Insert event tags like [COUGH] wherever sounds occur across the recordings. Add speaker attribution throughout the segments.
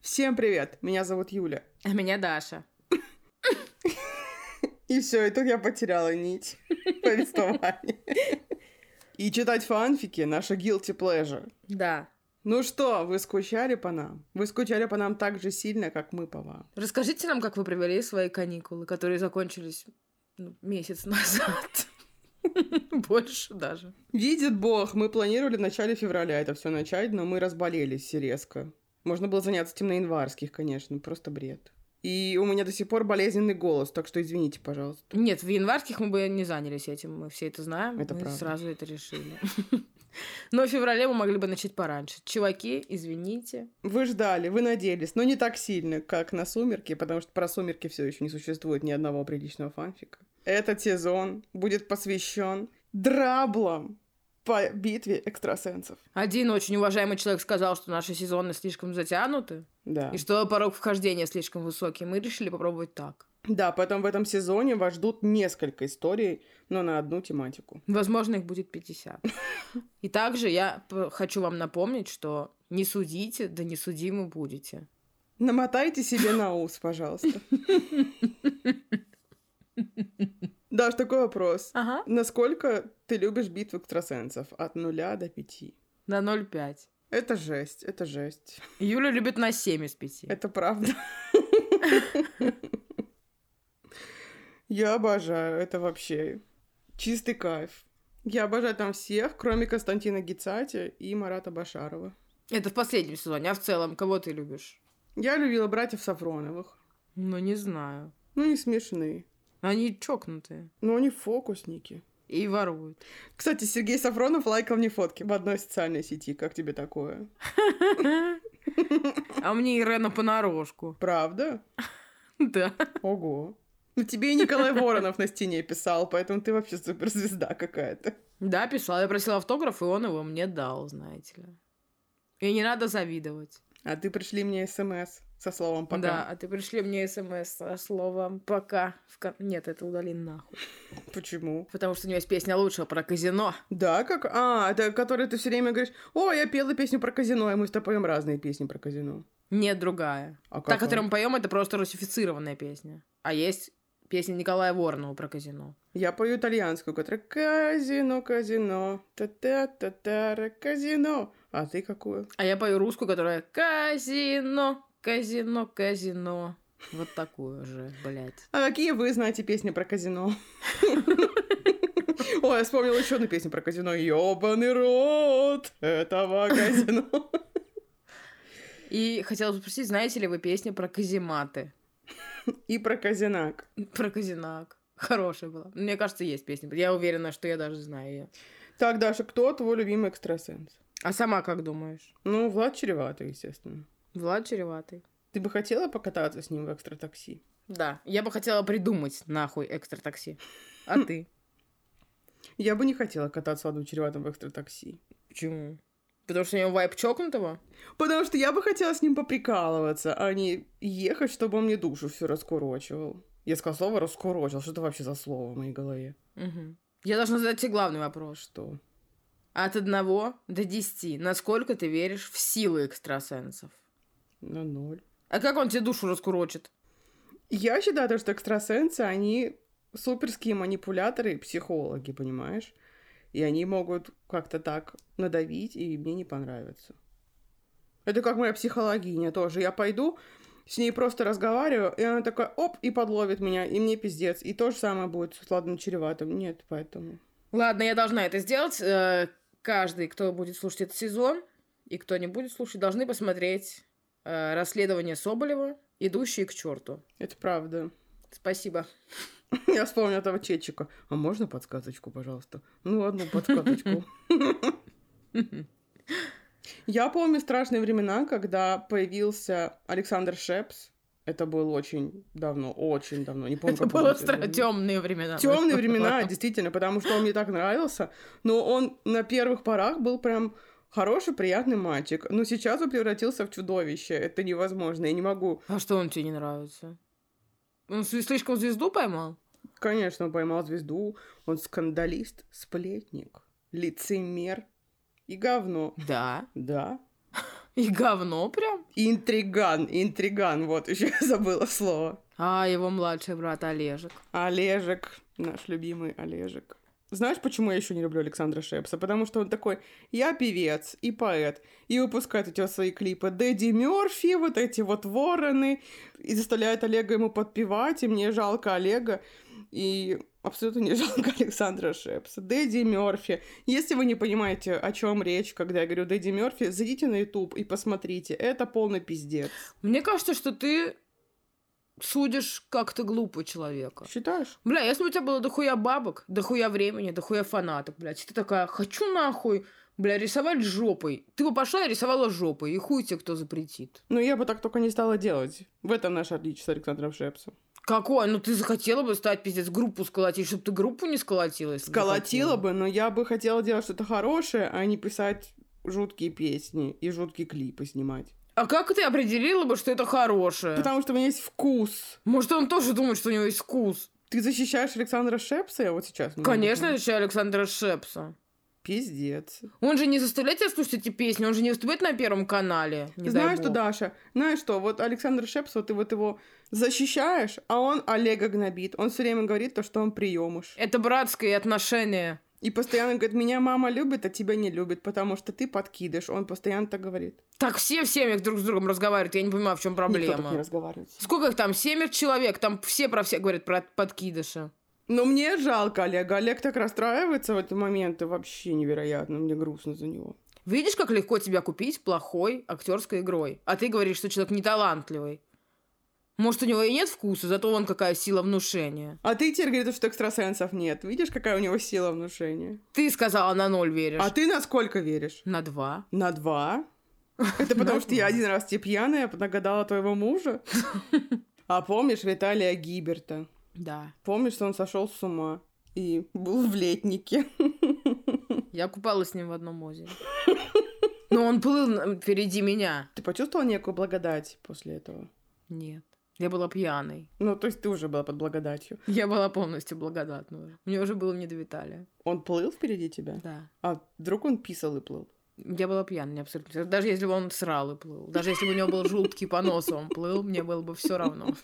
Speaker 1: Всем привет! Меня зовут Юля.
Speaker 2: А меня Даша.
Speaker 1: И все, и тут я потеряла нить [LAUGHS] повествования. И читать фанфики — наша guilty pleasure.
Speaker 2: Да.
Speaker 1: Ну что, вы скучали по нам? Вы скучали по нам так же сильно, как мы по вам.
Speaker 2: Расскажите нам, как вы провели свои каникулы, которые закончились ну, месяц [LAUGHS] назад. Больше даже.
Speaker 1: Видит бог, мы планировали в начале февраля это все начать, но мы разболелись резко. Можно было заняться этим на январских, конечно, просто бред. И у меня до сих пор болезненный голос, так что извините, пожалуйста.
Speaker 2: Нет, в январских мы бы не занялись этим, мы все это знаем.
Speaker 1: Это
Speaker 2: мы
Speaker 1: правда.
Speaker 2: сразу это решили. Но в феврале мы могли бы начать пораньше. Чуваки, извините.
Speaker 1: Вы ждали, вы надеялись, но не так сильно, как на «Сумерки», потому что про «Сумерки» все еще не существует ни одного приличного фанфика. Этот сезон будет посвящен драблам по битве экстрасенсов.
Speaker 2: Один очень уважаемый человек сказал, что наши сезоны слишком затянуты,
Speaker 1: Да.
Speaker 2: и что порог вхождения слишком высокий. Мы решили попробовать так.
Speaker 1: Да, поэтому в этом сезоне вас ждут несколько историй, но на одну тематику.
Speaker 2: Возможно, их будет 50. [LAUGHS] И также я п- хочу вам напомнить, что не судите, да не судимы будете.
Speaker 1: Намотайте себе на ус, пожалуйста. Даш, такой вопрос.
Speaker 2: Ага.
Speaker 1: Насколько ты любишь битву экстрасенсов? От нуля до пяти.
Speaker 2: На 0,5.
Speaker 1: Это жесть, это жесть.
Speaker 2: Юля любит на 7 из 5.
Speaker 1: Это правда. Я обожаю, это вообще чистый кайф. Я обожаю там всех, кроме Константина Гицати и Марата Башарова.
Speaker 2: Это в последнем сезоне. А в целом, кого ты любишь?
Speaker 1: Я любила братьев Сафроновых.
Speaker 2: Ну, не знаю.
Speaker 1: Ну, не смешные.
Speaker 2: Они чокнутые.
Speaker 1: Но они фокусники.
Speaker 2: И [LAUGHS] воруют.
Speaker 1: Кстати, Сергей Сафронов лайкал мне фотки в одной социальной сети. Как тебе такое?
Speaker 2: А мне Ирена понарошку. [LAUGHS]
Speaker 1: Правда?
Speaker 2: Да.
Speaker 1: Ого. Ну, тебе и Николай Воронов на стене писал, поэтому ты вообще суперзвезда какая-то.
Speaker 2: Да, писала. Я просила автограф, и он его мне дал, знаете ли. И не надо завидовать.
Speaker 1: А ты пришли мне смс со словом «пока».
Speaker 2: Да, а ты пришли мне смс со словом «пока». в кон- Нет, это удали нахуй.
Speaker 1: Почему?
Speaker 2: Потому что у него есть песня лучшая про казино.
Speaker 1: Да, как... А, это которая ты все время говоришь, о, я пела песню про казино, и мы с тобой поем разные песни про казино.
Speaker 2: Нет, другая.
Speaker 1: А
Speaker 2: Та,
Speaker 1: как
Speaker 2: которую
Speaker 1: она?
Speaker 2: мы поем, это просто русифицированная песня. А есть песня Николая Воронова про казино.
Speaker 1: Я пою итальянскую, которая казино, казино, та-та-та-та, казино. А ты какую?
Speaker 2: А я пою русскую, которая казино, казино, казино. Вот такую же, блядь.
Speaker 1: А какие вы знаете песни про казино? Ой, я вспомнила еще одну песню про казино. Ёбаный рот этого казино.
Speaker 2: И хотела бы спросить, знаете ли вы песни про казематы?
Speaker 1: И про казинак.
Speaker 2: Про казинак. Хорошая была. Мне кажется, есть песня. Я уверена, что я даже знаю ее.
Speaker 1: Так, Даша, кто твой любимый экстрасенс?
Speaker 2: А сама как думаешь?
Speaker 1: Ну, Влад Череватый, естественно.
Speaker 2: Влад Череватый.
Speaker 1: Ты бы хотела покататься с ним в экстратакси?
Speaker 2: Да, я бы хотела придумать нахуй экстра такси. А
Speaker 1: Хм.
Speaker 2: ты?
Speaker 1: Я бы не хотела кататься с Владом Череватым в экстратакси.
Speaker 2: Почему? Потому что у него вайп чокнутого?
Speaker 1: Потому что я бы хотела с ним поприкалываться, а не ехать, чтобы он мне душу все раскурочивал. Я сказала слово «раскурочил». Что это вообще за слово в моей голове?
Speaker 2: Мгм. Я должна задать тебе главный вопрос.
Speaker 1: Что?
Speaker 2: От одного до десяти. Насколько ты веришь в силы экстрасенсов?
Speaker 1: На ноль.
Speaker 2: А как он тебе душу раскурочит?
Speaker 1: Я считаю, то, что экстрасенсы, они суперские манипуляторы и психологи, понимаешь? И они могут как-то так надавить, и мне не понравится. Это как моя психологиня тоже. Я пойду, с ней просто разговариваю, и она такая, оп, и подловит меня, и мне пиздец. И то же самое будет с Владом Череватым. Нет, поэтому...
Speaker 2: Ладно, я должна это сделать. Э, Каждый, кто будет слушать этот сезон, и кто не будет слушать, должны посмотреть э, расследование Соболева, идущие к черту.
Speaker 1: Это правда.
Speaker 2: Спасибо.
Speaker 1: [LAUGHS] Я вспомнила этого Чечика. А можно подсказочку, пожалуйста? Ну, одну
Speaker 2: [LAUGHS]
Speaker 1: подсказочку. Я помню страшные времена, когда появился Александр Шепс. Это было очень давно, очень давно. Не помню,
Speaker 2: Это было темные времена. [LAUGHS]
Speaker 1: Темные времена, действительно, потому что он мне так нравился. Но он на первых порах был прям хороший, приятный мальчик. Но сейчас он превратился в чудовище. Это невозможно. Я не могу.
Speaker 2: А что он тебе не нравится? Он с- слишком звезду поймал?
Speaker 1: Конечно, он поймал звезду. Он скандалист, сплетник, лицемер и говно.
Speaker 2: Да.
Speaker 1: Да.
Speaker 2: [LAUGHS] И говно прям.
Speaker 1: Интриган, интриган, вот [LAUGHS] еще забыла слово.
Speaker 2: А его младший брат Олежек.
Speaker 1: Олежек, наш любимый Олежек. Знаешь, почему я еще не люблю Александра Шепса? Потому что он такой, я певец и поэт, и выпускает у тебя свои клипы. Дэдди Мерфи, вот эти вот вороны, и заставляет Олега ему подпевать, и мне жалко Олега, и абсолютно не [LAUGHS] жалко Александра Шепса. Дэдди Мерфи. Если вы не понимаете, о чем речь, когда я говорю Дэдди Мерфи, зайдите на YouTube и посмотрите. Это полный пиздец.
Speaker 2: Мне кажется, что ты судишь как-то глупо человека.
Speaker 1: Считаешь?
Speaker 2: Бля, если бы у тебя было дохуя бабок, дохуя времени, дохуя фанаток, блядь, и ты такая, хочу нахуй, бля, рисовать жопой. Ты бы пошла и рисовала жопой, и хуй тебе кто запретит.
Speaker 1: Ну, я бы так только не стала делать. В этом наше отличие с Александром Шепсом.
Speaker 2: Какой? Ну ты захотела бы стать, пиздец, группу сколотить, чтобы ты группу не сколотила, если
Speaker 1: Сколотила
Speaker 2: захотела.
Speaker 1: бы, но я бы хотела делать что-то хорошее, а не писать жуткие песни и жуткие клипы снимать.
Speaker 2: А как ты определила бы, что это хорошее?
Speaker 1: Потому что у меня есть вкус.
Speaker 2: Может, он тоже думает, что у него есть вкус?
Speaker 1: Ты защищаешь Александра Шепса, я вот сейчас... не могу
Speaker 2: Конечно,
Speaker 1: понять.
Speaker 2: еще Александра Шепса.
Speaker 1: Пиздец.
Speaker 2: Он же не заставляет тебя слушать эти песни, он же не выступает на Первом канале. Не дай
Speaker 1: знаешь что,
Speaker 2: бог.
Speaker 1: Даша, знаешь что, вот Александр Шепс, вот ты вот его защищаешь, а он Олега гнобит. Он все время говорит то, что он приемыш.
Speaker 2: Это братское отношение.
Speaker 1: И постоянно говорит, меня мама любит, а тебя не любит, потому что ты подкидыш. Он постоянно так говорит.
Speaker 2: Так все в семьях друг с другом разговаривают, я не понимаю, в чем
Speaker 1: Никто так не
Speaker 2: проблема.
Speaker 1: разговаривает.
Speaker 2: Сколько их там? Семер человек, там все про всех говорят про подкидыша.
Speaker 1: Но мне жалко Олега. Олег так расстраивается в этот момент, и вообще невероятно. Мне грустно за него.
Speaker 2: Видишь, как легко тебя купить плохой актерской игрой. А ты говоришь, что человек неталантливый. Может, у него и нет вкуса, зато он какая сила внушения.
Speaker 1: А ты теперь говоришь, что экстрасенсов нет. Видишь, какая у него сила внушения?
Speaker 2: Ты сказала, на ноль веришь.
Speaker 1: А ты на сколько веришь?
Speaker 2: На два.
Speaker 1: На два. Это потому, что я один раз тебе пьяная нагадала твоего мужа. А помнишь Виталия Гиберта?
Speaker 2: Да.
Speaker 1: Помнишь, что он сошел с ума и был в летнике?
Speaker 2: Я купалась с ним в одном озере. Но он плыл на- впереди меня.
Speaker 1: Ты почувствовал некую благодать после этого?
Speaker 2: Нет. Я была пьяной.
Speaker 1: Ну, то есть ты уже была под благодатью.
Speaker 2: Я была полностью благодатна уже. Мне уже было не до Виталия.
Speaker 1: Он плыл впереди тебя?
Speaker 2: Да.
Speaker 1: А вдруг он писал и плыл?
Speaker 2: Я была пьяной, абсолютно. Даже если бы он срал и плыл. Даже если бы у него был жуткий понос, и он плыл, мне было бы все равно.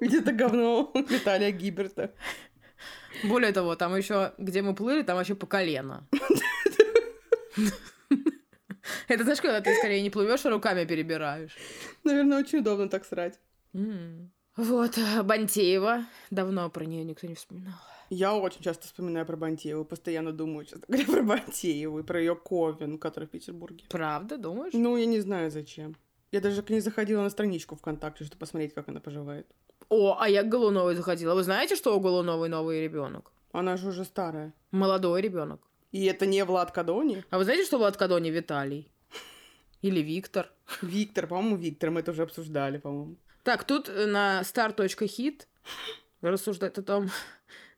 Speaker 1: Ведь это говно Виталия Гиберта.
Speaker 2: Более того, там еще, где мы плыли, там вообще по колено. Это знаешь, когда ты скорее не плывешь, а руками перебираешь.
Speaker 1: Наверное, очень удобно так срать.
Speaker 2: М. Вот, э, Бантеева. Давно про нее никто не вспоминал.
Speaker 1: Я очень часто вспоминаю про Бантееву, постоянно думаю сейчас про Бантееву и про ее ковен, который в Петербурге.
Speaker 2: Правда, думаешь?
Speaker 1: Ну, я не знаю зачем. Я даже к ней заходила на страничку ВКонтакте, чтобы посмотреть, как она поживает.
Speaker 2: О, а я к Голуновой заходила. Вы знаете, что у Голуновой новый ребенок?
Speaker 1: Она же уже старая.
Speaker 2: Молодой ребенок.
Speaker 1: И это не Влад Кадони.
Speaker 2: А вы знаете, что Влад Кадони Виталий? Или Виктор?
Speaker 1: Виктор, по-моему, Виктор, мы это уже обсуждали, по-моему.
Speaker 2: Так, тут э, на star.hit рассуждает о том,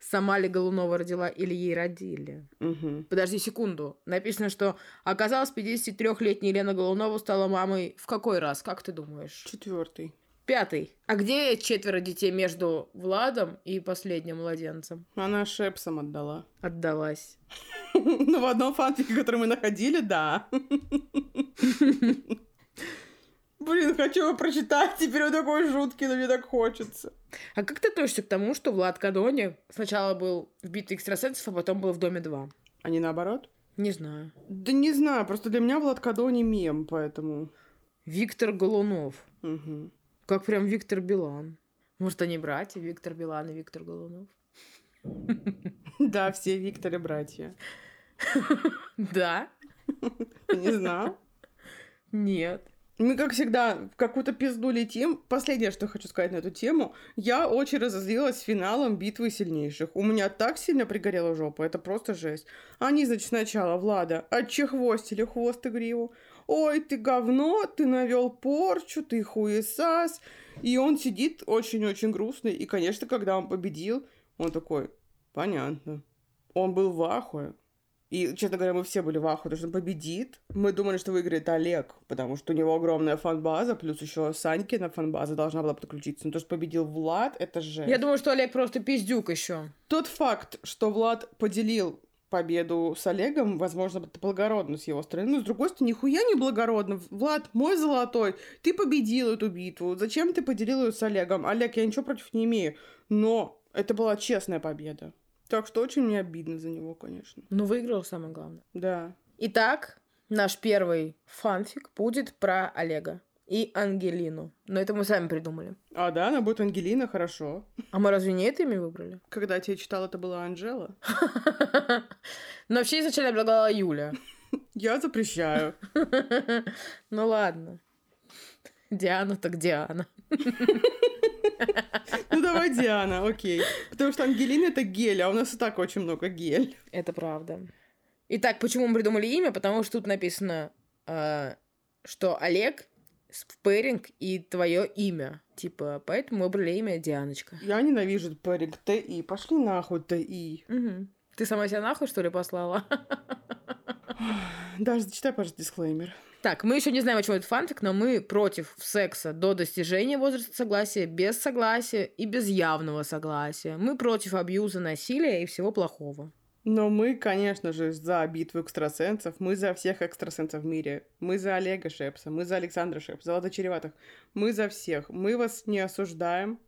Speaker 2: сама ли Голунова родила или ей родили.
Speaker 1: Мгм.
Speaker 2: Подожди секунду. Написано, что оказалось, 53-летняя Елена Голунова стала мамой в какой раз? Как ты думаешь?
Speaker 1: Четвертый.
Speaker 2: Пятый. А где четверо детей между Владом и последним младенцем?
Speaker 1: Она Шепсом отдала.
Speaker 2: Отдалась.
Speaker 1: [LAUGHS] Ну, в одном фанфике, который мы находили, да. Блин, хочу его прочитать, теперь он такой жуткий, но мне так хочется.
Speaker 2: А как ты относишься к тому, что Влад Кадони сначала был в битве экстрасенсов, а потом был в Доме 2?
Speaker 1: А не наоборот?
Speaker 2: Не знаю.
Speaker 1: Да не знаю, просто для меня Влад Кадони мем, поэтому...
Speaker 2: Виктор Голунов.
Speaker 1: Мгм. [LAUGHS]
Speaker 2: Как прям Виктор Билан. Может, они братья, Виктор Билан и Виктор Голунов? [LAUGHS]
Speaker 1: Да, все Викторы братья.
Speaker 2: Да?
Speaker 1: Ты Не знал?
Speaker 2: Нет.
Speaker 1: Мы, как всегда, в какую-то пизду летим. Последнее, что хочу сказать на эту тему. Я очень разозлилась финалом «Битвы сильнейших». У меня так сильно пригорела жопа, это просто жесть. Они, значит, сначала Влада отчехвостили хвост и гриву. Ой, ты говно, ты навел порчу, ты хуесас. И он сидит очень-очень грустный. И, конечно, когда он победил, он такой, понятно. Он был в ахуе. И, честно говоря, мы все были в ахуе, потому что он победит. Мы думали, что выиграет Олег, потому что у него огромная фан-база, плюс еще Санькина фан-база должна была подключиться. Но то, что победил Влад, это же...
Speaker 2: Я думаю, что Олег просто пиздюк еще.
Speaker 1: Тот факт, что Влад поделил победу с Олегом, возможно, это благородно с его стороны. Но, с другой стороны, нихуя не благородно. Влад, мой золотой, ты победил эту битву. Зачем ты поделил ее с Олегом? Олег, я ничего против не имею. Но это была честная победа. Так что очень мне обидно за него, конечно.
Speaker 2: Ну, выиграл самое главное.
Speaker 1: Да.
Speaker 2: Итак, наш первый фанфик будет про Олега и Ангелину. Но это мы сами придумали.
Speaker 1: А, да, она будет Ангелина, хорошо.
Speaker 2: А мы разве не это имя выбрали? [LAUGHS]
Speaker 1: Когда я тебя читала, это была Анжела.
Speaker 2: Но вообще изначально предлагала Юля.
Speaker 1: Я запрещаю.
Speaker 2: [LAUGHS] Ну ладно. Диана так Диана.
Speaker 1: Ну давай, Диана, окей. Потому что Ангелина это гель, а у нас и так очень много гель.
Speaker 2: Это правда. Итак, почему мы придумали имя? Потому что тут написано, э, что Олег в пэринг и твое имя. Типа, поэтому мы выбрали имя Дианочка.
Speaker 1: Я ненавижу парик ТИ. Пошли нахуй ТИ.
Speaker 2: Мгм. Ты сама себя нахуй, что ли, послала? [LAUGHS]
Speaker 1: Даже зачитай, пожалуйста, дисклеймер.
Speaker 2: Так, мы еще не знаем, о чем этот фанфик, но мы против секса до достижения возраста согласия, без согласия и без явного согласия. Мы против абьюза, насилия и всего плохого.
Speaker 1: Но мы, конечно же, за битву экстрасенсов, мы за всех экстрасенсов в мире, мы за Олега Шепса, мы за Александра Шепса, за Влада Череватых, мы за всех. Мы вас не осуждаем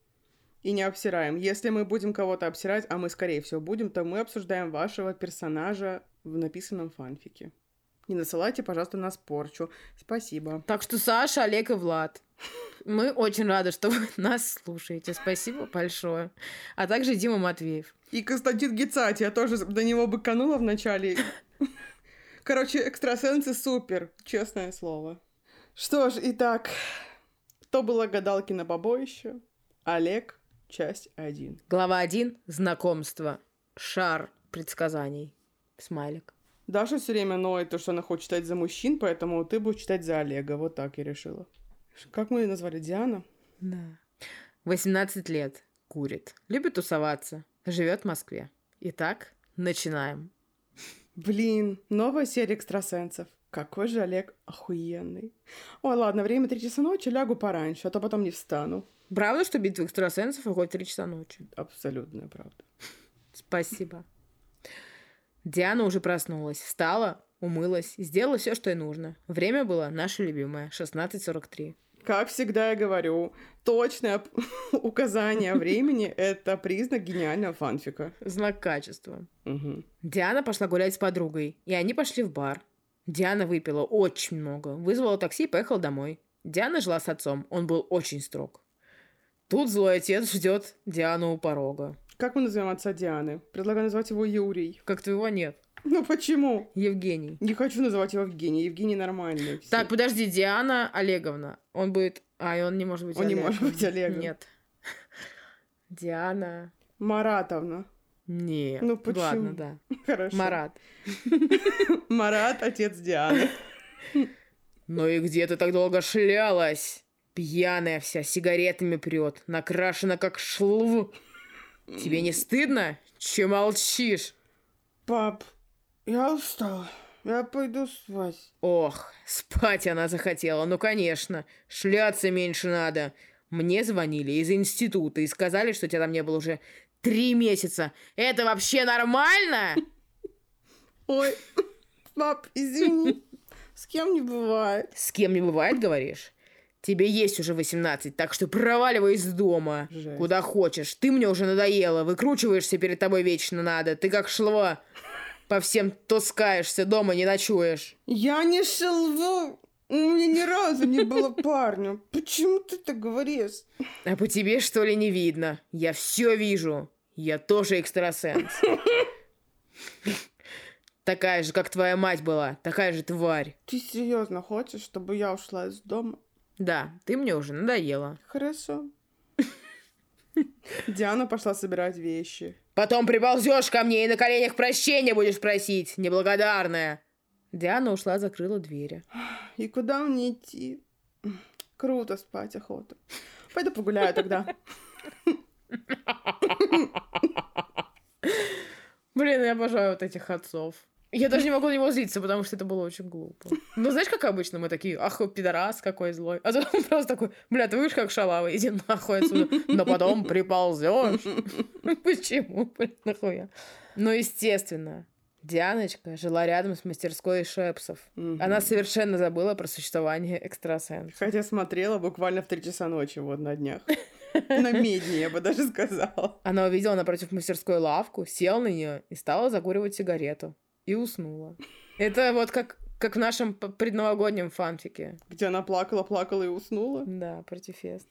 Speaker 1: и не обсираем. Если мы будем кого-то обсирать, а мы, скорее всего, будем, то мы обсуждаем вашего персонажа в написанном фанфике. Не насылайте, пожалуйста, нас порчу. Спасибо.
Speaker 2: Так что Саша, Олег и Влад. Мы очень рады, что вы [LAUGHS] нас слушаете. Спасибо большое. А также Дима Матвеев.
Speaker 1: И Константин Гицати, я тоже до него бы канула в начале. Короче, экстрасенсы супер, честное слово. Что ж, итак, то было гадалки на побоище. Олег, часть 1.
Speaker 2: Глава 1. Знакомство. Шар предсказаний. Смайлик.
Speaker 1: Даша все время ноет то, что она хочет читать за мужчин, поэтому ты будешь читать за Олега. Вот так я решила. Ш- Как мы ее назвали? Диана?
Speaker 2: Да. 18 лет. Курит. Любит тусоваться. Живет в Москве. Итак, начинаем.
Speaker 1: Блин, новая серия экстрасенсов. Какой же Олег охуенный. Ой, ладно, время 3 часа ночи, лягу пораньше, а то потом не встану.
Speaker 2: Правда, что битва экстрасенсов уходит в 3 часа ночи?
Speaker 1: Абсолютная правда.
Speaker 2: Спасибо. Диана уже проснулась. Встала, умылась, сделала все, что ей нужно. Время было наше любимое. 16.43.
Speaker 1: Как всегда я говорю, точное п- [LAUGHS] указание времени — это признак гениального фанфика.
Speaker 2: Знак качества.
Speaker 1: Мгм.
Speaker 2: Диана пошла гулять с подругой, и они пошли в бар. Диана выпила очень много, вызвала такси и поехала домой. Диана жила с отцом, он был очень строг. Тут злой отец ждет Диану у порога.
Speaker 1: Как мы назовем отца Дианы? Предлагаю назвать его Юрий.
Speaker 2: Как твоего нет,
Speaker 1: Ну почему?
Speaker 2: Евгений.
Speaker 1: Не хочу называть его Евгений. Евгений нормальный. Всё.
Speaker 2: Так, подожди, Диана Олеговна. Он будет... А, и он не может быть
Speaker 1: Он не
Speaker 2: Олегом.
Speaker 1: может быть Олегом.
Speaker 2: Нет. [LAUGHS] Диана...
Speaker 1: Маратовна. [LAUGHS]
Speaker 2: Нет.
Speaker 1: Ну, почему?
Speaker 2: Ладно, да.
Speaker 1: Хорошо.
Speaker 2: Марат.
Speaker 1: Марат, отец
Speaker 2: [LAUGHS]
Speaker 1: Дианы.
Speaker 2: Ну и где ты так долго шлялась? Пьяная вся, сигаретами прет, накрашена как шлв. Тебе не стыдно? Че молчишь?
Speaker 1: Пап, я устала. Я пойду спать.
Speaker 2: Ох, спать она захотела, ну конечно. Шляться меньше надо. Мне звонили из института и сказали, что тебя там не было уже три месяца. Это вообще нормально?
Speaker 1: Ой, [LAUGHS] пап, извини. С кем не бывает.
Speaker 2: С кем не бывает, говоришь? Тебе есть уже 18, так что проваливай из дома.
Speaker 1: Жесть.
Speaker 2: Куда хочешь. Ты мне уже надоела. Выкручиваешься перед тобой вечно надо. Ты как шлва. По всем тоскаешься, дома не ночуешь.
Speaker 1: Я не шелву. У меня ни разу не было парня. Почему ты так говоришь?
Speaker 2: А по тебе, что ли, не видно? Я все вижу. Я тоже [LAUGHS] экстрасенс. Такая же, как твоя мать была. Такая же тварь.
Speaker 1: Ты серьезно хочешь, чтобы я ушла из дома?
Speaker 2: Да, ты мне уже надоела.
Speaker 1: Хорошо. Диана пошла собирать вещи.
Speaker 2: Потом приползешь ко мне и на коленях прощения будешь просить, неблагодарная. Диана ушла, закрыла двери.
Speaker 1: И куда мне идти? Круто спать охота. Пойду погуляю тогда.
Speaker 2: Блин, я обожаю вот этих отцов. Я даже не могу на него злиться, потому что это было очень глупо. Ну, знаешь, как обычно, мы такие, ах, пидорас, какой злой. А тут он просто такой, бля, ты видишь, как шалава, иди нахуй отсюда. Но потом [LAUGHS] приползешь. Почему, блин, нахуя? Ну, естественно, Дианочка жила рядом с мастерской Шепсов.
Speaker 1: Мгм.
Speaker 2: Она совершенно забыла про существование экстрасенса.
Speaker 1: Хотя смотрела буквально в три часа ночи вот на днях. На медне, я бы даже сказала.
Speaker 2: Она увидела напротив мастерской лавку, села на нее и стала загуривать сигарету. И уснула. Это вот как, как в нашем п- предновогоднем фанфике.
Speaker 1: Где она плакала, плакала и уснула.
Speaker 2: Да, протифест.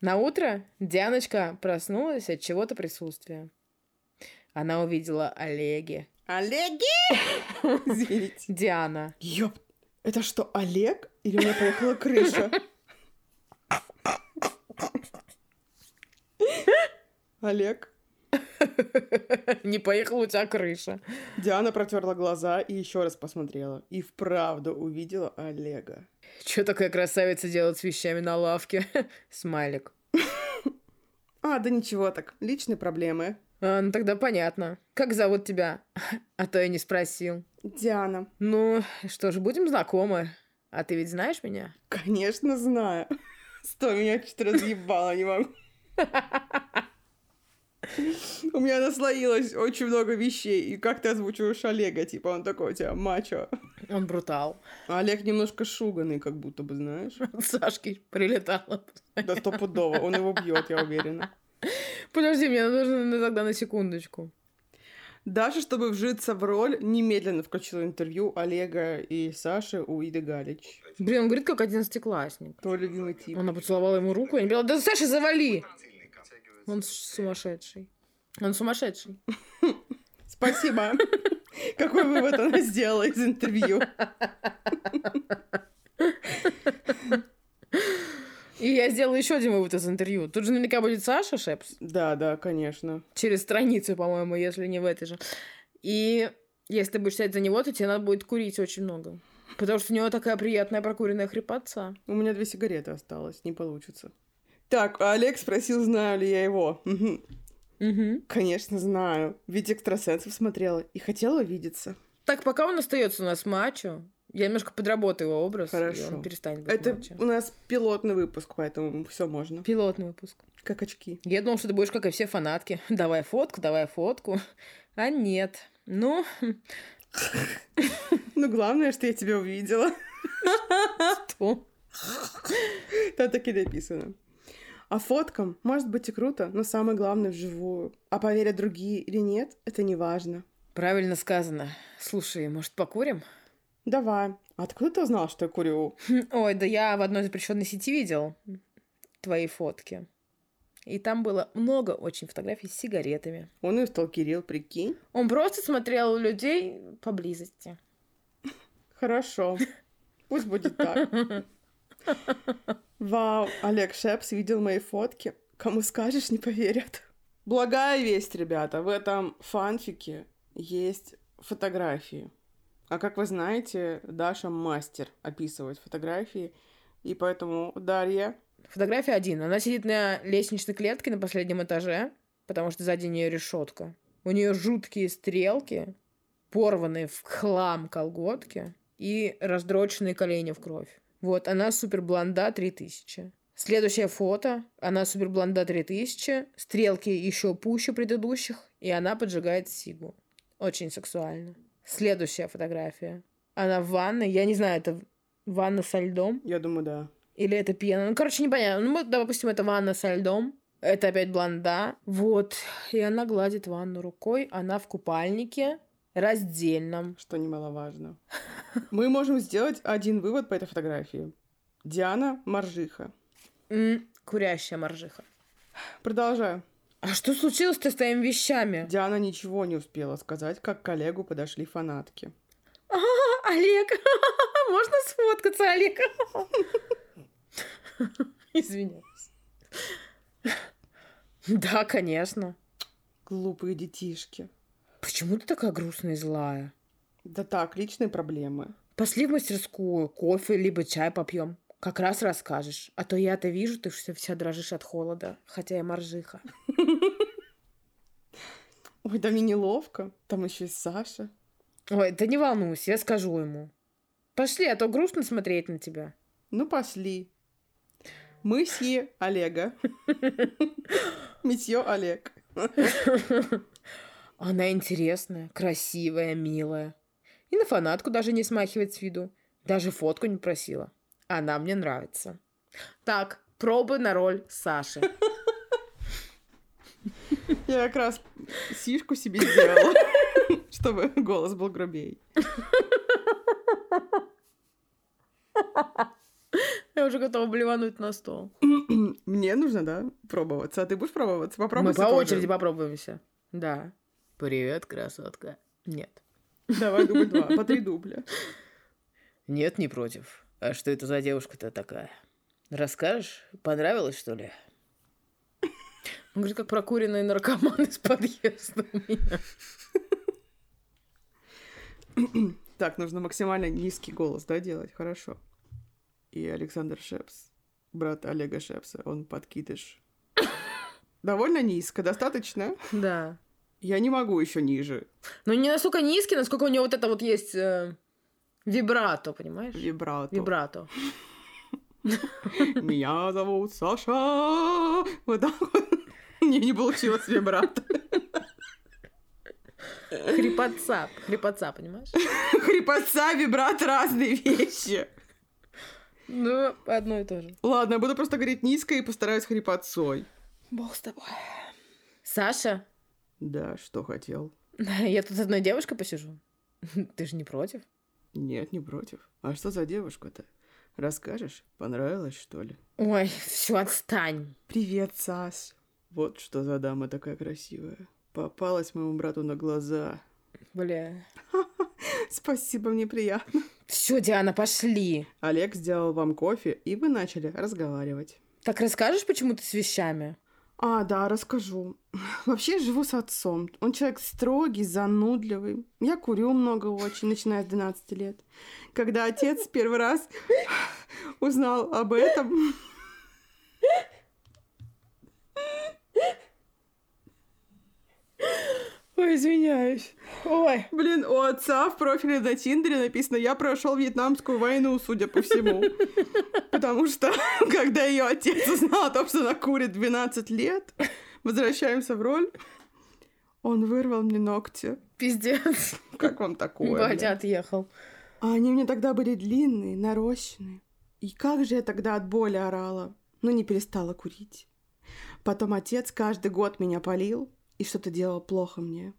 Speaker 2: На утро Дианочка проснулась от чего-то присутствия. Она увидела Олеги.
Speaker 1: Олеги! Извините.
Speaker 2: Диана. [LAUGHS]
Speaker 1: Ёп, это что, Олег? Или у меня поехала крыша? Олег.
Speaker 2: Не поехала у тебя крыша.
Speaker 1: Диана протерла глаза и еще раз посмотрела. И вправду увидела Олега.
Speaker 2: Че такая красавица делает с вещами на лавке? [LAUGHS] Смайлик.
Speaker 1: А, да ничего так, личные проблемы.
Speaker 2: А, ну тогда понятно. Как зовут тебя? [LAUGHS] А то я не спросил.
Speaker 1: Диана.
Speaker 2: Ну, что ж, будем знакомы. А ты ведь знаешь меня?
Speaker 1: Конечно, знаю. Сто меня чуть разъебало, не могу. У меня наслоилось очень много вещей, и как ты озвучиваешь Олега, типа он такой у тебя мачо.
Speaker 2: Он брутал. [LAUGHS]
Speaker 1: А Олег немножко шуганный, как будто бы, знаешь?
Speaker 2: От Сашки прилетала.
Speaker 1: Да стопудово, он его бьет, я уверена.
Speaker 2: Подожди, мне нужно на- тогда на секундочку.
Speaker 1: Даша, чтобы вжиться в роль, немедленно включила интервью Олега и Саши у Иды Галич.
Speaker 2: Блин, он говорит, как одиннадцатиклассник.
Speaker 1: Твой любимый тип.
Speaker 2: Она поцеловала ему руку, я не поняла, да Саша, завали! Он с- сумасшедший. Он сумасшедший.
Speaker 1: Спасибо. Какой вывод она сделала из интервью?
Speaker 2: И я сделала еще один вывод из интервью. Тут же наверняка будет Саша Шепс.
Speaker 1: Да, да, конечно.
Speaker 2: через страницу, по-моему, если не в этой же. И если ты будешь сидеть за него, то тебе надо будет курить очень много. Потому что у него такая приятная прокуренная хрипотца.
Speaker 1: У меня две сигареты осталось, не получится. Так, а Олег спросил, знаю ли я его. Мгм. Конечно, знаю. Ведь экстрасенсов смотрела и хотела видеться.
Speaker 2: Так, пока он остается у нас мачо, я немножко подработаю его образ, и
Speaker 1: Хорошо.
Speaker 2: он перестанет быть
Speaker 1: Это
Speaker 2: мачо.
Speaker 1: у нас пилотный выпуск, поэтому все можно.
Speaker 2: Пилотный выпуск.
Speaker 1: Как очки.
Speaker 2: Я думал, что ты будешь, как и все фанатки. [LAUGHS] Давай фотку, давай фотку. А нет. Ну, [LAUGHS]
Speaker 1: Ну, главное, что я тебя увидела. [LAUGHS]
Speaker 2: что?
Speaker 1: Там так и написано. А фоткам может быть и круто, но самое главное вживую. А поверят другие или нет, это не важно.
Speaker 2: Правильно сказано. Слушай, может, покурим?
Speaker 1: Давай. А откуда ты узнал, что я курю?
Speaker 2: Ой, да я в одной запрещенной сети видел твои фотки. И там было много очень фотографий с сигаретами.
Speaker 1: Он ее стал Кирилл, прикинь.
Speaker 2: Он просто смотрел людей поблизости.
Speaker 1: Хорошо. Пусть будет [LAUGHS] так. Вау, Олег Шепс видел мои фотки. Кому скажешь, не поверят. Благая весть, ребята, в этом фанфике есть фотографии. А как вы знаете, Даша мастер описывать фотографии, и поэтому Дарья...
Speaker 2: Фотография один. Она сидит на лестничной клетке на последнем этаже, потому что сзади нее решетка. У нее жуткие стрелки, порванные в хлам колготки и раздроченные колени в кровь. Вот, она супер блонда 3000. Следующее фото. Она супер блонда 3000. Стрелки еще пуще предыдущих. И она поджигает сигу. Очень сексуально. Следующая фотография. Она в ванной. Я не знаю, это ванна со льдом.
Speaker 1: Я думаю, да.
Speaker 2: Или это пена. Ну, короче, непонятно. Ну, мы, допустим, это ванна со льдом. Это опять блонда. Вот. И она гладит ванну рукой. Она в купальнике раздельном.
Speaker 1: что немаловажно. Мы можем сделать один вывод по этой фотографии. Диана Маржиха.
Speaker 2: М, курящая моржиха.
Speaker 1: Продолжаю.
Speaker 2: А что случилось-то с твоими вещами?
Speaker 1: Диана ничего не успела сказать, как к коллегу подошли фанатки.
Speaker 2: А, Олег, [LAUGHS] можно сфоткаться, Олег? [LAUGHS] Извиняюсь. Да, конечно.
Speaker 1: Глупые детишки.
Speaker 2: Почему ты такая грустная и злая?
Speaker 1: Да так, личные проблемы.
Speaker 2: Пошли в мастерскую, кофе либо чай попьем. Как раз расскажешь. А то я-то вижу, ты все вся дрожишь от холода, хотя я моржиха.
Speaker 1: Ой, да мне неловко. Там еще и Саша.
Speaker 2: Ой, да не волнуйся, я скажу ему. Пошли, а то грустно смотреть на тебя. [LAUGHS]
Speaker 1: Ну, пошли. Мысье Олега. Месье Олег.
Speaker 2: Она интересная, красивая, милая. И на фанатку даже не смахивает с виду. Даже фотку не просила. Она мне нравится. Так, пробы на роль Саши.
Speaker 1: Я как раз сишку себе сделала, чтобы голос был грубее.
Speaker 2: [LAUGHS] Я уже готова блевануть на стол.
Speaker 1: Мне нужно, да, пробоваться. А ты будешь пробоваться? Попробуй.
Speaker 2: Мы по очереди попробуемся. Да. Привет, красотка. Нет.
Speaker 1: Давай дубль два, по три дубля.
Speaker 2: Нет, не против. А что это за девушка-то такая? Расскажешь? Понравилось, что ли? Он говорит, как прокуренный наркоман из подъезда у меня.
Speaker 1: Так, нужно максимально низкий голос, да, делать? Хорошо. И Александр Шепс, брат Олега Шепса, он подкидыш. Довольно низко, достаточно?
Speaker 2: Да.
Speaker 1: Я не могу еще ниже.
Speaker 2: Но не настолько низкий, насколько у него вот это вот есть э, вибрато, понимаешь?
Speaker 1: Вибрато.
Speaker 2: [LAUGHS] Вибрато.
Speaker 1: Меня зовут Саша. Вот так вот. [LAUGHS] Мне не получилось вибрато. [LAUGHS]
Speaker 2: Хрипотца. Хрипотца, понимаешь?
Speaker 1: Хрипотца, вибрат разные вещи.
Speaker 2: Ну, одно и то же.
Speaker 1: Ладно, я буду просто говорить низко и постараюсь хрипотцой.
Speaker 2: Бог с тобой. Саша,
Speaker 1: Да, что хотел?
Speaker 2: [LAUGHS] я тут с одной девушкой посижу. [LAUGHS] Ты же не против?
Speaker 1: Нет, не против. А что за девушка-то? Расскажешь? Понравилось, что ли?
Speaker 2: Ой, все, отстань.
Speaker 1: Привет, Сас. Вот что за дама такая красивая. Попалась моему брату на глаза. [LAUGHS]
Speaker 2: Бля.
Speaker 1: Спасибо, мне приятно.
Speaker 2: Все, Диана, пошли.
Speaker 1: Олег сделал вам кофе, и вы начали разговаривать.
Speaker 2: Так расскажешь, почему ты с вещами?
Speaker 1: А, да, расскажу. [LAUGHS] Вообще я живу с отцом. Он человек строгий, занудливый. Я курю много очень, начиная с 12 лет. Когда отец первый раз [LAUGHS] узнал об этом...
Speaker 2: Ой, извиняюсь. Ой.
Speaker 1: Блин, у отца в профиле на Тиндере написано «Я прошел Вьетнамскую войну, судя по всему». Потому что, [LAUGHS] когда ее отец узнал о том, что она курит 12 лет, возвращаемся в роль, он вырвал мне ногти.
Speaker 2: Пиздец. [LAUGHS]
Speaker 1: Как вам такое?
Speaker 2: Батя
Speaker 1: блин?
Speaker 2: отъехал.
Speaker 1: А они мне тогда были длинные, нарощенные. И как же я тогда от боли орала, но не перестала курить. Потом отец каждый год меня полил и что-то делал плохо мне.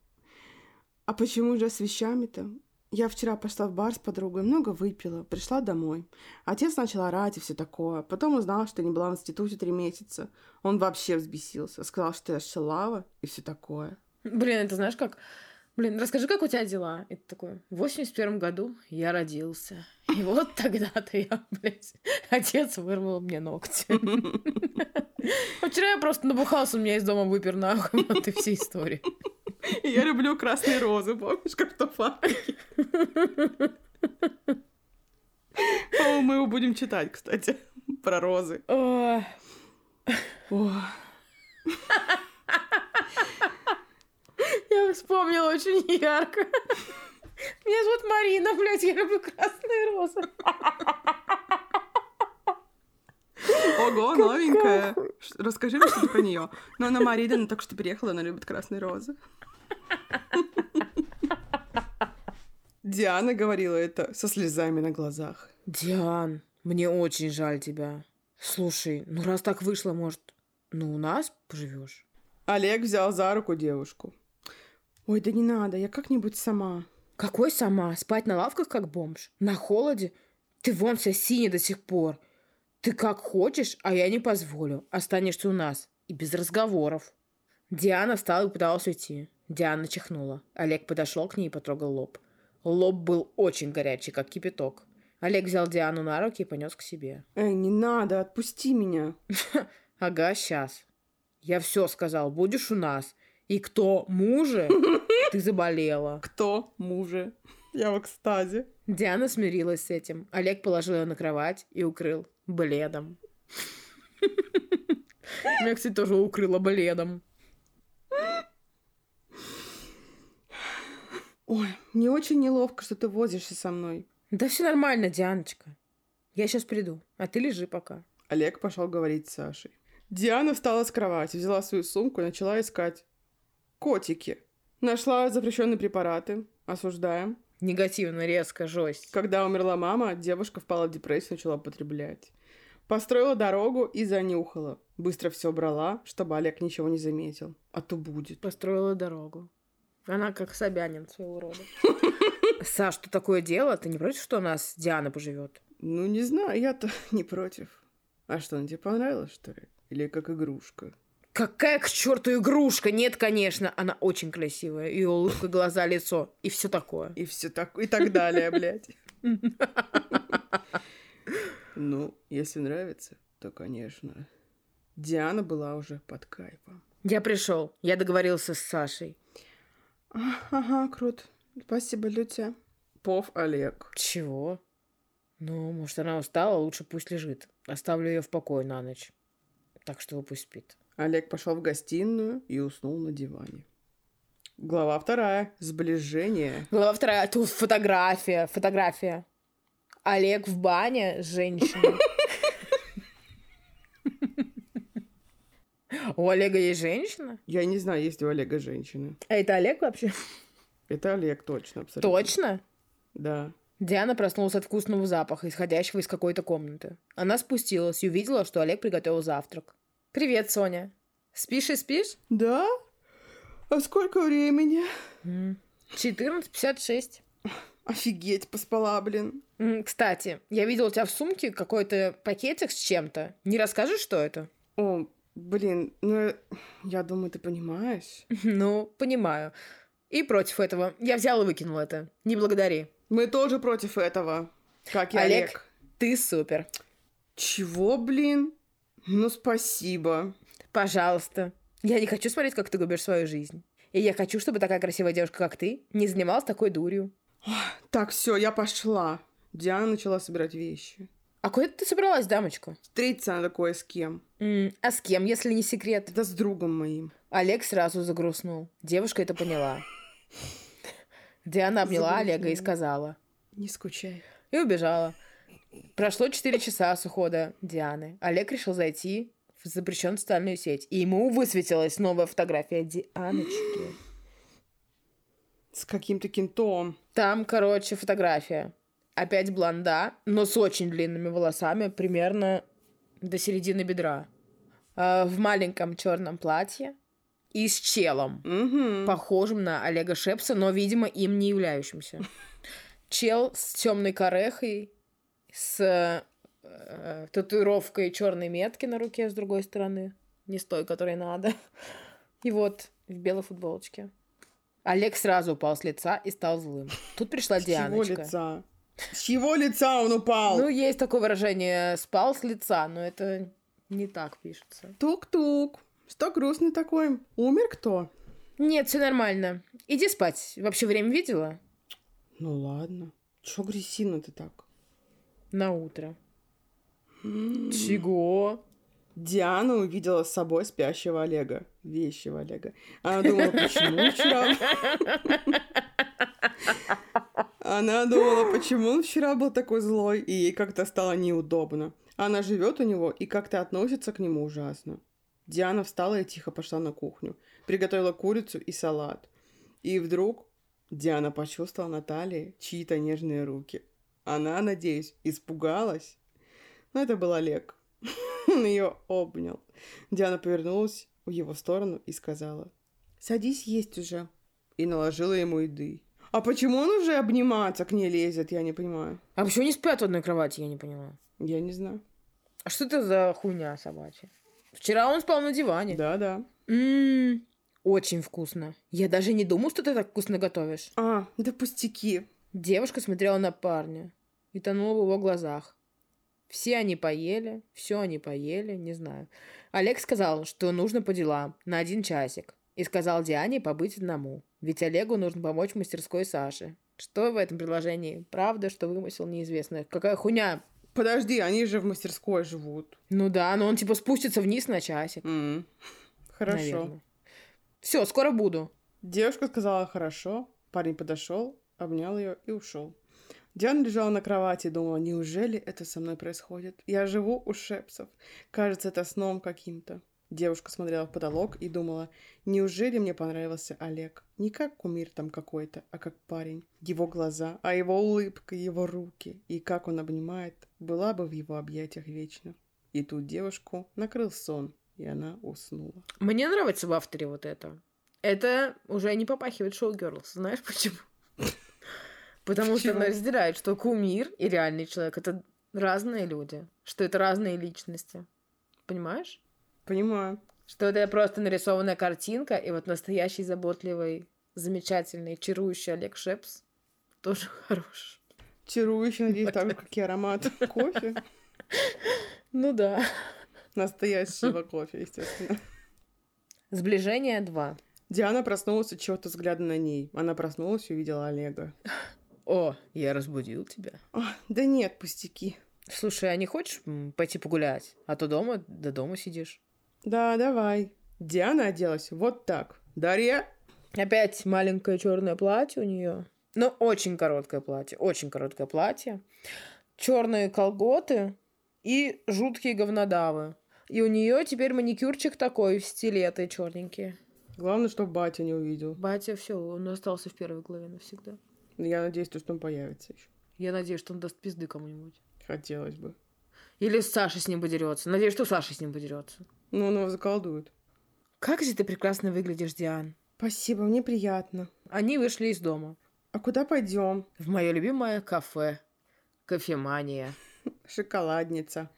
Speaker 1: А почему же с вещами-то? Я вчера пошла в бар с подругой, много выпила, пришла домой. Отец начал орать и все такое. Потом узнал, что я не была в институте три месяца. Он вообще взбесился, сказал, что я шалава и все такое.
Speaker 2: Блин, это знаешь как? Блин, расскажи, как у тебя дела? И ты такой, в 81 году я родился. И [LAUGHS] вот тогда-то я, блядь, [LAUGHS] отец вырвал мне ногти. [LAUGHS] А вчера я просто набухался, меня из дома выпер нахуй. [LAUGHS] Вот и все истории.
Speaker 1: [LAUGHS] Я люблю красные розы, помнишь, картофанки? [LAUGHS] По-моему, мы его будем читать, кстати, [LAUGHS] про розы.
Speaker 2: Ой.
Speaker 1: О,
Speaker 2: Я вспомнила очень ярко. Меня зовут Марина, блядь, я люблю красные розы.
Speaker 1: Ого, новенькая. Ш- Расскажи мне что-то про нее. Но она Марина, она только что переехала, она любит красные розы. [LAUGHS] Диана говорила это со слезами на глазах.
Speaker 2: Диан, мне очень жаль тебя. Слушай, ну раз так вышло, может, ну у нас поживешь?
Speaker 1: Олег взял за руку девушку. Ой, да не надо, я как-нибудь сама.
Speaker 2: Какой сама? Спать на лавках, как бомж? На холоде? Ты вон вся синяя до сих пор. Ты как хочешь, а я не позволю. Останешься у нас. И без разговоров. Диана встала и пыталась уйти. Диана чихнула. Олег подошел к ней и потрогал лоб. Лоб был очень горячий, как кипяток. Олег взял Диану на руки и понес к себе.
Speaker 1: Эй, не надо, отпусти меня.
Speaker 2: Ага, сейчас. Я все сказал, будешь у нас. И кто муже, ты заболела.
Speaker 1: Кто мужа? Я в экстазе.
Speaker 2: Диана смирилась с этим. Олег положил ее на кровать и укрыл бледом. [LAUGHS] Меня, кстати, тоже укрыла бледом.
Speaker 1: Ой, мне очень неловко, что ты возишься со мной.
Speaker 2: Да все нормально, Дианочка. Я сейчас приду, а ты лежи пока.
Speaker 1: Олег пошел говорить с Сашей. Диана встала с кровати, взяла свою сумку и начала искать котики. Нашла запрещенные препараты. Осуждаем.
Speaker 2: Негативно, резко, жесть.
Speaker 1: Когда умерла мама, девушка впала в депрессию, начала потреблять. Построила дорогу и занюхала. Быстро все брала, чтобы Олег ничего не заметил. А то будет.
Speaker 2: Построила дорогу. Она как Собянин своего рода. [LAUGHS] Саш, что такое дело? Ты не против, что у нас Диана поживет?
Speaker 1: Ну, не знаю, я-то [LAUGHS] не против. А что, она тебе понравилась, что ли? Или как игрушка?
Speaker 2: Какая к черту игрушка? Нет, конечно. Она очень красивая. И улыбка, глаза, лицо. И все такое.
Speaker 1: И все так, и так далее, блядь. Ну, если нравится, то, конечно. Диана была уже под кайфом.
Speaker 2: Я пришел. Я договорился с Сашей.
Speaker 1: Ага, круто. Спасибо, Лютя. Пов Олег.
Speaker 2: Чего? Ну, может, она устала, лучше пусть лежит. Оставлю ее в покое на ночь. Так что пусть спит.
Speaker 1: Олег пошел в гостиную и уснул на диване. Глава вторая. Сближение.
Speaker 2: Глава вторая. Тут фотография, фотография. Олег в бане, [LAUGHS] женщина. У Олега есть женщина?
Speaker 1: Я не знаю, есть у Олега женщины.
Speaker 2: А это Олег вообще?
Speaker 1: Это Олег, точно, абсолютно.
Speaker 2: Точно?
Speaker 1: Да.
Speaker 2: Диана проснулась от вкусного запаха, исходящего из какой-то комнаты. Она спустилась и увидела, что Олег приготовил завтрак. «Привет, Соня. Спишь и спишь?»
Speaker 1: Да? А сколько времени?
Speaker 2: 14.56.
Speaker 1: Офигеть, поспала, блин.
Speaker 2: М, Кстати, я видела у тебя в сумке какой-то пакетик с чем-то. Не расскажешь, что это? [LAUGHS]
Speaker 1: О, блин, ну, я думаю, ты понимаешь.
Speaker 2: Ну, понимаю. И против этого. Я взяла и выкинула это. Не благодари.
Speaker 1: Мы тоже против этого, как и
Speaker 2: Олег.
Speaker 1: Олег.
Speaker 2: Ты супер.
Speaker 1: Чего, блин? Ну, спасибо.
Speaker 2: Пожалуйста. Я не хочу смотреть, как ты губишь свою жизнь. И я хочу, чтобы такая красивая девушка, как ты, не занималась такой дурью.
Speaker 1: Так, все, я пошла. Диана начала собирать вещи.
Speaker 2: А куда ты собралась, дамочка?
Speaker 1: Встретиться она такое с кем?
Speaker 2: М, а с кем, если не секрет?
Speaker 1: Да с другом моим.
Speaker 2: Олег сразу загрустнул. Девушка это поняла. Диана обняла
Speaker 1: Загрустнула.
Speaker 2: Олега и сказала.
Speaker 1: Не скучай.
Speaker 2: И убежала. Прошло 4 часа с ухода Дианы. Олег решил зайти в запрещенную социальную сеть. И ему высветилась новая фотография Дианочки.
Speaker 1: С каким-то кентом.
Speaker 2: Там, короче, фотография. Опять блонда, но с очень длинными волосами, примерно до середины бедра. Э, В маленьком черном платье и с челом.
Speaker 1: Угу.
Speaker 2: похожим на Олега Шепса, но, видимо, им
Speaker 1: [LAUGHS]
Speaker 2: не являющимся. Чел с темной корехой, с э, татуировкой черной метки на руке с другой стороны, не с той, которой надо. [LAUGHS] И вот в белой футболочке. Олег сразу упал с лица и стал злым. Тут пришла
Speaker 1: С чего
Speaker 2: Дианочка.
Speaker 1: лица? С чего лица он упал?
Speaker 2: Ну, есть такое выражение «спал с лица», но это не так пишется.
Speaker 1: Тук-тук. Что грустный такой? Умер кто?
Speaker 2: Нет, все нормально. Иди спать. Вообще время видела?
Speaker 1: Ну ладно. Чё гресина ты так?
Speaker 2: На утро.
Speaker 1: М.
Speaker 2: Чего?
Speaker 1: Диана увидела с собой спящего Олега. Вещего Олега. Она думала, почему вчера... Она думала, почему он вчера был такой злой, и ей как-то стало неудобно. Она живет у него и как-то относится к нему ужасно. Диана встала и тихо пошла на кухню. Приготовила курицу и салат. И вдруг Диана почувствовала на талии чьи-то нежные руки. Она, надеюсь, испугалась. Но это был Олег. [LAUGHS] Он ее обнял. Диана повернулась в его сторону и сказала, «Садись есть уже». И наложила ему еды. А почему он уже обниматься к ней лезет, я не понимаю.
Speaker 2: А почему не спят в одной кровати, я не понимаю.
Speaker 1: Я не знаю.
Speaker 2: А что это за хуйня собачья? Вчера он спал на диване.
Speaker 1: Да-да.
Speaker 2: М, очень вкусно. Я даже не думал, что ты так вкусно готовишь.
Speaker 1: А, да пустяки.
Speaker 2: Девушка смотрела на парня и тонула в его глазах. Все они поели, все они поели, не знаю. Олег сказал, что нужно по делам, на один часик. И сказал Диане побыть одному. Ведь Олегу нужно помочь в мастерской Саше. Что в этом предложении? Правда, что вымысел неизвестно. Какая хуйня?
Speaker 1: Подожди, они же в мастерской живут.
Speaker 2: Ну да, но он типа спустится вниз на часик.
Speaker 1: М. Хорошо.
Speaker 2: Все, скоро буду.
Speaker 1: Девушка сказала «хорошо». Парень подошел, обнял ее и ушел. Диана лежала на кровати и думала, неужели это со мной происходит? Я живу у Шепсов. Кажется, это сном каким-то. Девушка смотрела в потолок и думала, неужели мне понравился Олег? Не как кумир там какой-то, а как парень. Его глаза, а его улыбка, его руки. И как он обнимает, была бы в его объятиях вечно. И тут девушку накрыл сон, и она уснула.
Speaker 2: Мне нравится в авторе вот это. Это уже не попахивает шоу Girls. Знаешь почему? [LAUGHS] Потому что
Speaker 1: Почему?
Speaker 2: она разделяет, что кумир и реальный человек это разные люди, что это разные личности. Понимаешь?
Speaker 1: Понимаю.
Speaker 2: Что это просто нарисованная картинка, и вот настоящий заботливый, замечательный, чарующий Олег Шепс тоже [LAUGHS] хорош.
Speaker 1: Чарующий, надеюсь, так же, как и аромат кофе.
Speaker 2: Ну да.
Speaker 1: Настоящего кофе, естественно.
Speaker 2: Сближение 2.
Speaker 1: Диана проснулась от чего-то взгляда на ней. Она проснулась и увидела Олега.
Speaker 2: О, я разбудил тебя.
Speaker 1: «А, да нет, пустяки.
Speaker 2: Слушай, а не хочешь м, пойти погулять? А то дома до дома сидишь.
Speaker 1: Да, давай. Диана оделась вот так. Дарья?
Speaker 2: Опять маленькое черное платье у нее. Ну, очень короткое платье, очень короткое платье. Черные колготы и жуткие говнодавы. И у нее теперь маникюрчик такой, стилеты черненькие.
Speaker 1: Главное, чтобы батя не увидел.
Speaker 2: Батя, все, он остался в первой главе навсегда.
Speaker 1: Я надеюсь, то, что он появится еще.
Speaker 2: Я надеюсь, что он даст пизды кому-нибудь.
Speaker 1: Хотелось бы.
Speaker 2: Или Саша с ним подерется. Надеюсь, что Саша с ним подерется.
Speaker 1: Но «Ну, он его заколдует.
Speaker 2: Как же ты прекрасно выглядишь, Диан.
Speaker 1: Спасибо, мне приятно.
Speaker 2: Они вышли из дома.
Speaker 1: А куда пойдем?
Speaker 2: В мое любимое кафе. [LAUGHS] Кофемания.
Speaker 1: Шоколадница.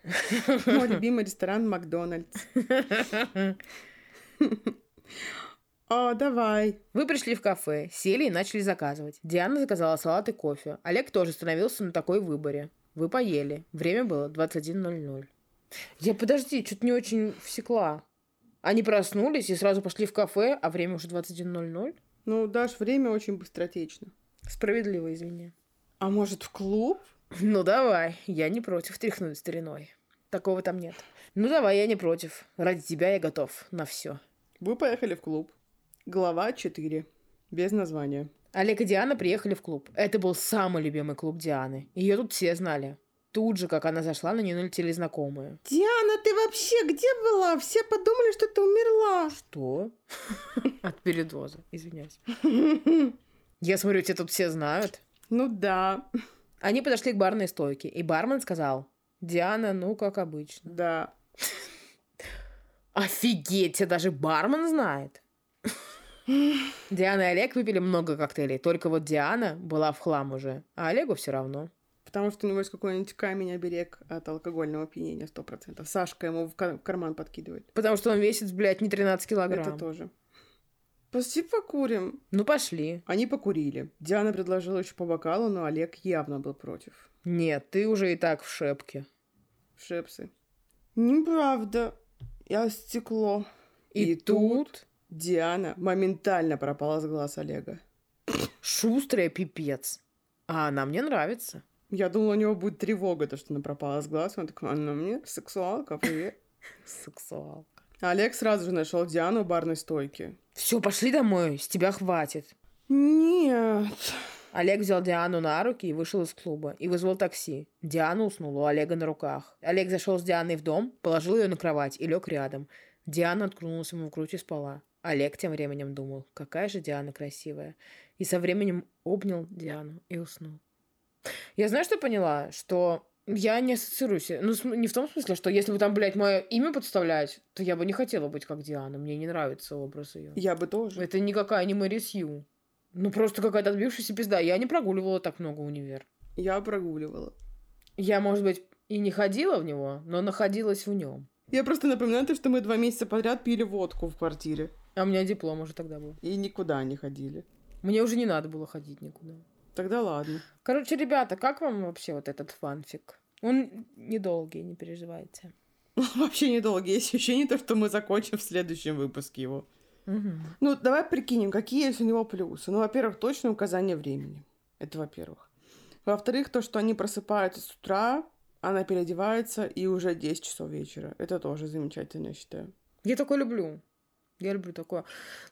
Speaker 1: Мой любимый ресторан Макдональдс. А, давай.
Speaker 2: Вы пришли в кафе, сели и начали заказывать. Диана заказала салат и кофе. Олег тоже становился на такой выборе. Вы поели. Время было 21.00. Я подожди, что-то не очень всекла. Они проснулись и сразу пошли в кафе, а время уже 21.00?
Speaker 1: Ну, дашь время очень быстротечно.
Speaker 2: Справедливо, извини.
Speaker 1: А может, в клуб?
Speaker 2: [LAUGHS] Ну давай, я не против тряхнуть стариной. Такого там нет. Ну давай, я не против. Ради тебя я готов на все.
Speaker 1: Вы поехали в клуб. Глава 4. Без названия.
Speaker 2: Олег и Диана приехали в клуб. Это был самый любимый клуб Дианы. Ее тут все знали. Тут же, как она зашла, на нее налетели знакомые.
Speaker 1: Диана, ты вообще где была? Все подумали, что ты умерла.
Speaker 2: Что? [LAUGHS] От передоза, извиняюсь. Я смотрю, тебя тут все знают.
Speaker 1: [LAUGHS] Ну да,
Speaker 2: Они подошли к барной стойке, и бармен сказал, Диана, ну, как обычно.
Speaker 1: да.
Speaker 2: Офигеть, тебя даже бармен знает. [LAUGHS] Диана и Олег выпили много коктейлей, только вот Диана была в хлам уже, а Олегу все равно.
Speaker 1: Потому что у него есть какой-нибудь камень оберег от алкогольного опьянения 100%. Сашка ему в кар- в карман подкидывает.
Speaker 2: Потому что он весит, блядь, не 13 килограмм.
Speaker 1: Это тоже. Пошли покурим.
Speaker 2: Ну, пошли.
Speaker 1: Они покурили. Диана предложила еще по бокалу, но Олег явно был против.
Speaker 2: Нет, ты уже и так в шепке.
Speaker 1: Шепсы. Неправда. Я стекло.
Speaker 2: И,
Speaker 1: И
Speaker 2: тут...
Speaker 1: Диана моментально пропала с глаз Олега.
Speaker 2: шустрая пипец. А она мне нравится.
Speaker 1: Я думала, у него будет тревога, то, что она пропала с глаз. Он такой, она мне сексуалка, привет.
Speaker 2: Сексуал.
Speaker 1: Олег сразу же нашел Диану у барной стойки.
Speaker 2: Все, пошли домой, с тебя хватит.
Speaker 1: Нет.
Speaker 2: Олег взял Диану на руки и вышел из клуба. И вызвал такси. Диана уснула у Олега на руках. Олег зашел с Дианой в дом, положил ее на кровать и лег рядом. Диана откнулась ему в грудь и спала. Олег тем временем думал, какая же Диана красивая. И со временем обнял Диану и уснул. Я знаю, что поняла, что я не ассоциируюсь. Ну, см- не в том смысле, что если бы там, блядь, мое имя подставлять, то я бы не хотела быть как Диана. Мне не нравится образ ее.
Speaker 1: Я бы тоже.
Speaker 2: Это никакая не Мэри Сью. Ну, просто какая-то отбившаяся пизда. Я не прогуливала так много универ.
Speaker 1: Я прогуливала.
Speaker 2: Я, может быть, и не ходила в него, но находилась в нем.
Speaker 1: Я просто напоминаю то, что мы два месяца подряд пили водку в квартире.
Speaker 2: А у меня диплом уже тогда был.
Speaker 1: И никуда не ходили.
Speaker 2: Мне уже не надо было ходить никуда.
Speaker 1: Тогда ладно. [LAUGHS]
Speaker 2: Короче, ребята, как вам вообще вот этот фанфик? Он недолгий, не переживайте.
Speaker 1: Вообще недолго. Есть ощущение то, что мы закончим в следующем выпуске его. Ну, давай прикинем, какие есть у него плюсы. Ну, во-первых, точное указание времени. Это во-первых. Во-вторых, то, что они просыпаются с утра, она переодевается, и уже 10 часов вечера. Это тоже замечательно, я считаю.
Speaker 2: Я такое люблю. Я люблю такое.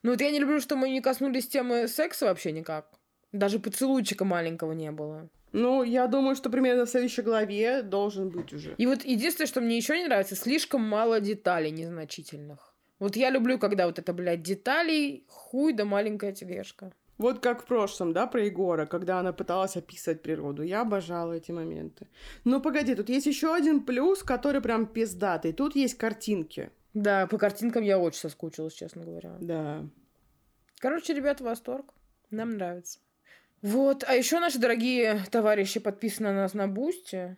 Speaker 2: Ну вот я не люблю, что мы не коснулись темы секса вообще никак. Даже поцелуйчика маленького не было.
Speaker 1: Ну, я думаю, что примерно в следующей главе должен быть уже.
Speaker 2: И вот единственное, что мне еще не нравится, слишком мало деталей незначительных. Вот я люблю, когда вот это, блядь, деталей, хуй да маленькая тележка.
Speaker 1: Вот как в прошлом, да, про Егора, когда она пыталась описывать природу. Я обожала эти моменты. Но погоди, тут есть еще один плюс, который прям пиздатый. Тут есть картинки.
Speaker 2: Да, по картинкам я очень соскучилась, честно говоря.
Speaker 1: Да.
Speaker 2: Короче, ребят, восторг. Нам нравится. Вот, а еще наши дорогие товарищи подписаны на нас на Бусти.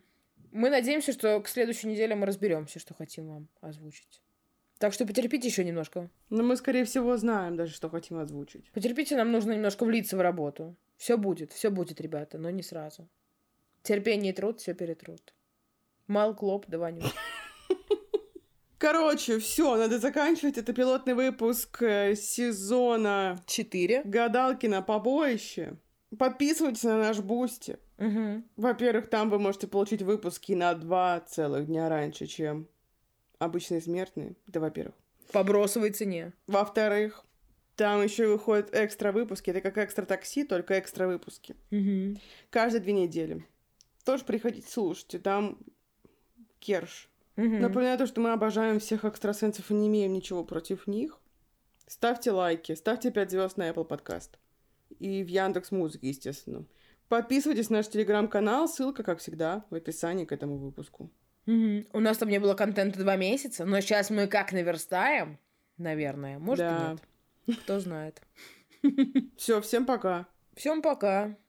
Speaker 2: Мы надеемся, что к следующей неделе мы разберемся, что хотим вам озвучить. Так что потерпите еще немножко.
Speaker 1: Но мы, скорее всего, знаем даже, что хотим озвучить.
Speaker 2: Потерпите, нам нужно немножко влиться в работу. Все будет, все будет, ребята, но не сразу. Терпение и труд все перетрут. Мал клоп, да вонюк.
Speaker 1: Короче, все, надо заканчивать. Это пилотный выпуск э, сезона
Speaker 2: [LAUGHS] Четыре.
Speaker 1: гадалки на побоище. Подписывайтесь на наш бусти.
Speaker 2: Угу.
Speaker 1: Во-первых, там вы можете получить выпуски на два целых дня раньше, чем обычные смертные. Да, во-первых.
Speaker 2: По бросовой цене.
Speaker 1: Во-вторых, там еще выходят экстра выпуски. Это как экстра такси, только экстра выпуски.
Speaker 2: Угу.
Speaker 1: Каждые две недели. Тоже приходите, слушайте. Там Керш.
Speaker 2: Угу.
Speaker 1: Напоминаю то, что мы обожаем всех экстрасенсов и не имеем ничего против них. Ставьте лайки, ставьте 5 звезд на Apple Podcast. И в Яндекс Музыке, естественно. Подписывайтесь на наш телеграм-канал, ссылка, как всегда, в описании к этому выпуску.
Speaker 2: Мгм. У нас там не было контента два месяца, но сейчас мы как наверстаем, наверное. Может, и
Speaker 1: Да.
Speaker 2: нет. Кто знает.
Speaker 1: Все, всем пока.
Speaker 2: Всем пока.